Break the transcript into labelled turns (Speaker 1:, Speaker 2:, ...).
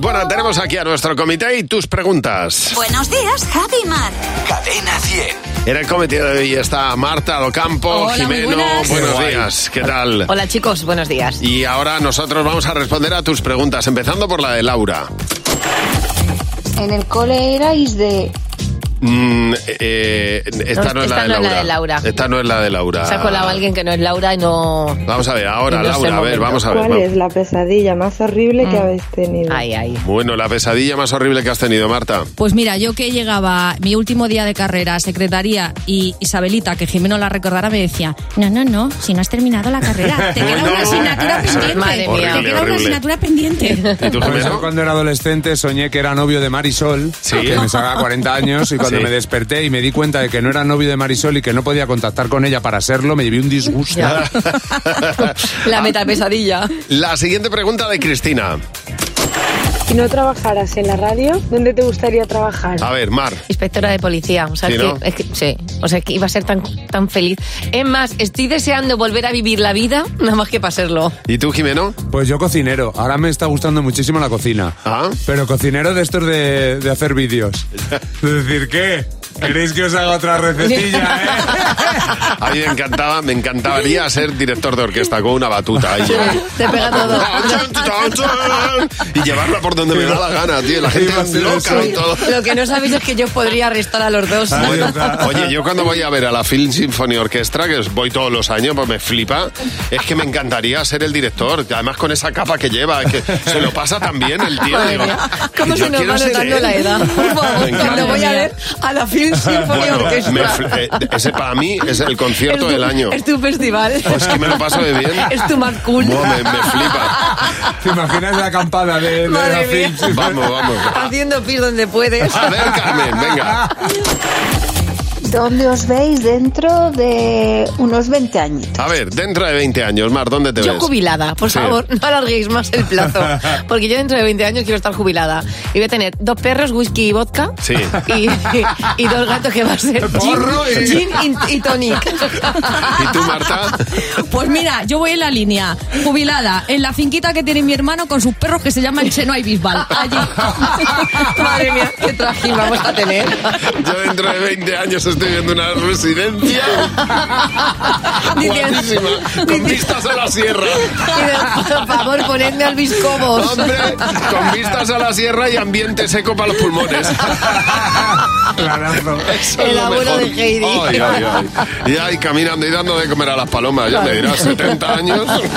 Speaker 1: Bueno, tenemos aquí a nuestro comité y tus preguntas.
Speaker 2: Buenos días, Javi y Mar.
Speaker 3: Cadena 100.
Speaker 1: En el comité de hoy está Marta Locampo,
Speaker 4: Hola, muy
Speaker 1: Jimeno.
Speaker 4: buenas.
Speaker 1: Buenos
Speaker 4: Guay.
Speaker 1: días, ¿qué tal?
Speaker 4: Hola chicos, buenos días.
Speaker 1: Y ahora nosotros vamos a responder a tus preguntas, empezando por la de Laura.
Speaker 5: En el cole erais de...
Speaker 1: Mm, eh, esta no, es, la
Speaker 4: esta
Speaker 1: de
Speaker 4: no es
Speaker 1: Laura.
Speaker 4: la de Laura.
Speaker 1: Esta no es la de Laura.
Speaker 4: Se ha colado alguien que no es Laura y no...
Speaker 1: Vamos a ver, ahora,
Speaker 4: Y no es el
Speaker 1: Laura, a ver,
Speaker 4: momento.
Speaker 1: vamos a ver.
Speaker 5: ¿Cuál
Speaker 1: vamos.
Speaker 5: es la pesadilla más horrible que habéis tenido?
Speaker 4: Ay, ay.
Speaker 1: Bueno, la pesadilla más horrible que has tenido, Marta.
Speaker 6: Pues mira, yo que llegaba mi último día de carrera, secretaría y Isabelita, que Jimeno la recordará, me decía, no, no, no, si no has terminado la carrera, te queda
Speaker 1: Bueno.
Speaker 6: una asignatura pendiente.
Speaker 4: Madre mía.
Speaker 6: Te
Speaker 1: Horrible,
Speaker 6: queda una
Speaker 1: horrible.
Speaker 6: asignatura pendiente.
Speaker 1: ¿Y tú,
Speaker 7: Pues yo
Speaker 1: Jimeno?
Speaker 7: cuando era adolescente soñé que era novio de Marisol,
Speaker 1: Sí.
Speaker 7: que me sacaba 40 años y cuando
Speaker 1: Sí.
Speaker 7: me desperté y me di cuenta de que no era novio de Marisol y que no podía contactar con ella para serlo, me llevé un disgusto.
Speaker 4: La metapesadilla.
Speaker 1: La siguiente pregunta de Cristina.
Speaker 5: Si no trabajaras en la radio, ¿dónde te gustaría trabajar?
Speaker 1: A ver, Mar.
Speaker 4: Inspectora de policía, o sea,
Speaker 1: Sí,
Speaker 4: es que-
Speaker 1: ¿no?
Speaker 4: es que- sí, o sea, que iba a ser tan, tan feliz. Es más, estoy deseando volver a vivir la vida, nada más que para serlo.
Speaker 1: ¿Y tú, Jimeno?
Speaker 7: Pues yo cocinero, ahora me está gustando muchísimo la cocina.
Speaker 1: Ah.
Speaker 7: Pero cocinero de estos de, de hacer vídeos. De decir, ¿qué? ¿Queréis que os haga otra recetilla, eh?
Speaker 1: A mí me encantaba, me encantaría ser director de orquesta con una batuta. ahí.
Speaker 4: Te pega todo.
Speaker 1: Y llevarla por donde me da la gana, tío. La gente
Speaker 7: Iba a
Speaker 1: es
Speaker 7: ser
Speaker 1: loca
Speaker 7: eso.
Speaker 1: y todo.
Speaker 4: Lo que no sabéis es que yo podría arrestar a los dos.
Speaker 7: Ahí
Speaker 1: Bueno,
Speaker 7: está.
Speaker 1: oye, yo cuando voy a ver a la Film Symphony Orchestra, que os voy todos los años, pues me flipa, es que me encantaría ser el director, además con esa capa que lleva, que se lo pasa tan bien el tío.
Speaker 4: Madre
Speaker 1: digo,
Speaker 4: mía.
Speaker 1: que
Speaker 4: ¿Cómo
Speaker 1: yo
Speaker 4: se nos
Speaker 1: quiero
Speaker 4: va
Speaker 1: ser
Speaker 4: notando
Speaker 1: él.
Speaker 4: la edad? Por favor,
Speaker 1: Me
Speaker 4: cuando
Speaker 1: encanta. Ah,
Speaker 4: voy a
Speaker 6: Madre
Speaker 4: ver a la Film Symphony
Speaker 1: Bueno, me
Speaker 4: Orchestra.
Speaker 1: fl- eh, ese para mí es el concierto
Speaker 4: Es tu-
Speaker 1: del año.
Speaker 4: Es tu festival.
Speaker 1: Es Pues que me lo paso de bien.
Speaker 4: Es tu más cool.
Speaker 1: Buah, me- me flipa.
Speaker 7: ¿Te imaginas la acampada de, de la
Speaker 4: Madre mía.
Speaker 7: film? Sí,
Speaker 1: Vamos, vamos.
Speaker 4: Haciendo pis donde puedes.
Speaker 1: A ver, Carmen, venga.
Speaker 8: ¿Dónde os veis dentro de unos 20 años?
Speaker 1: A ver, dentro de 20 años, Mar, ¿dónde te
Speaker 4: Yo
Speaker 1: ves?
Speaker 4: jubilada, por
Speaker 1: Sí.
Speaker 4: favor, no alarguéis más el plazo. Porque yo dentro de 20 años quiero estar jubilada. Y voy a tener dos perros, whisky y vodka.
Speaker 1: Sí.
Speaker 4: Y, y dos gatos que va a ser
Speaker 7: Porro
Speaker 4: gin,
Speaker 7: y-
Speaker 4: gin y, y tonic.
Speaker 1: ¿Y tú, Marta?
Speaker 6: Pues mira, yo voy en la línea, jubilada, en la finquita que tiene mi hermano con sus perros que se llaman Chenoa y Bisbal. Allí.
Speaker 4: Madre mía, qué trajín vamos a tener.
Speaker 1: Yo dentro de 20 años estoy viendo una residencia
Speaker 4: Diciendo-
Speaker 1: guapísima, con vistas a la sierra.
Speaker 4: diciendo, por favor, ponedme al biscobos.
Speaker 1: Hombre, con vistas a la sierra y ambiente seco para los pulmones.
Speaker 7: clarazo.
Speaker 1: Eso es
Speaker 4: El
Speaker 1: lo
Speaker 4: abuelo
Speaker 1: mejor.
Speaker 4: de Heidi.
Speaker 1: Ay, ay, ay. Y ahí caminando y dando de comer a las palomas. Ya me dirás, 70 años.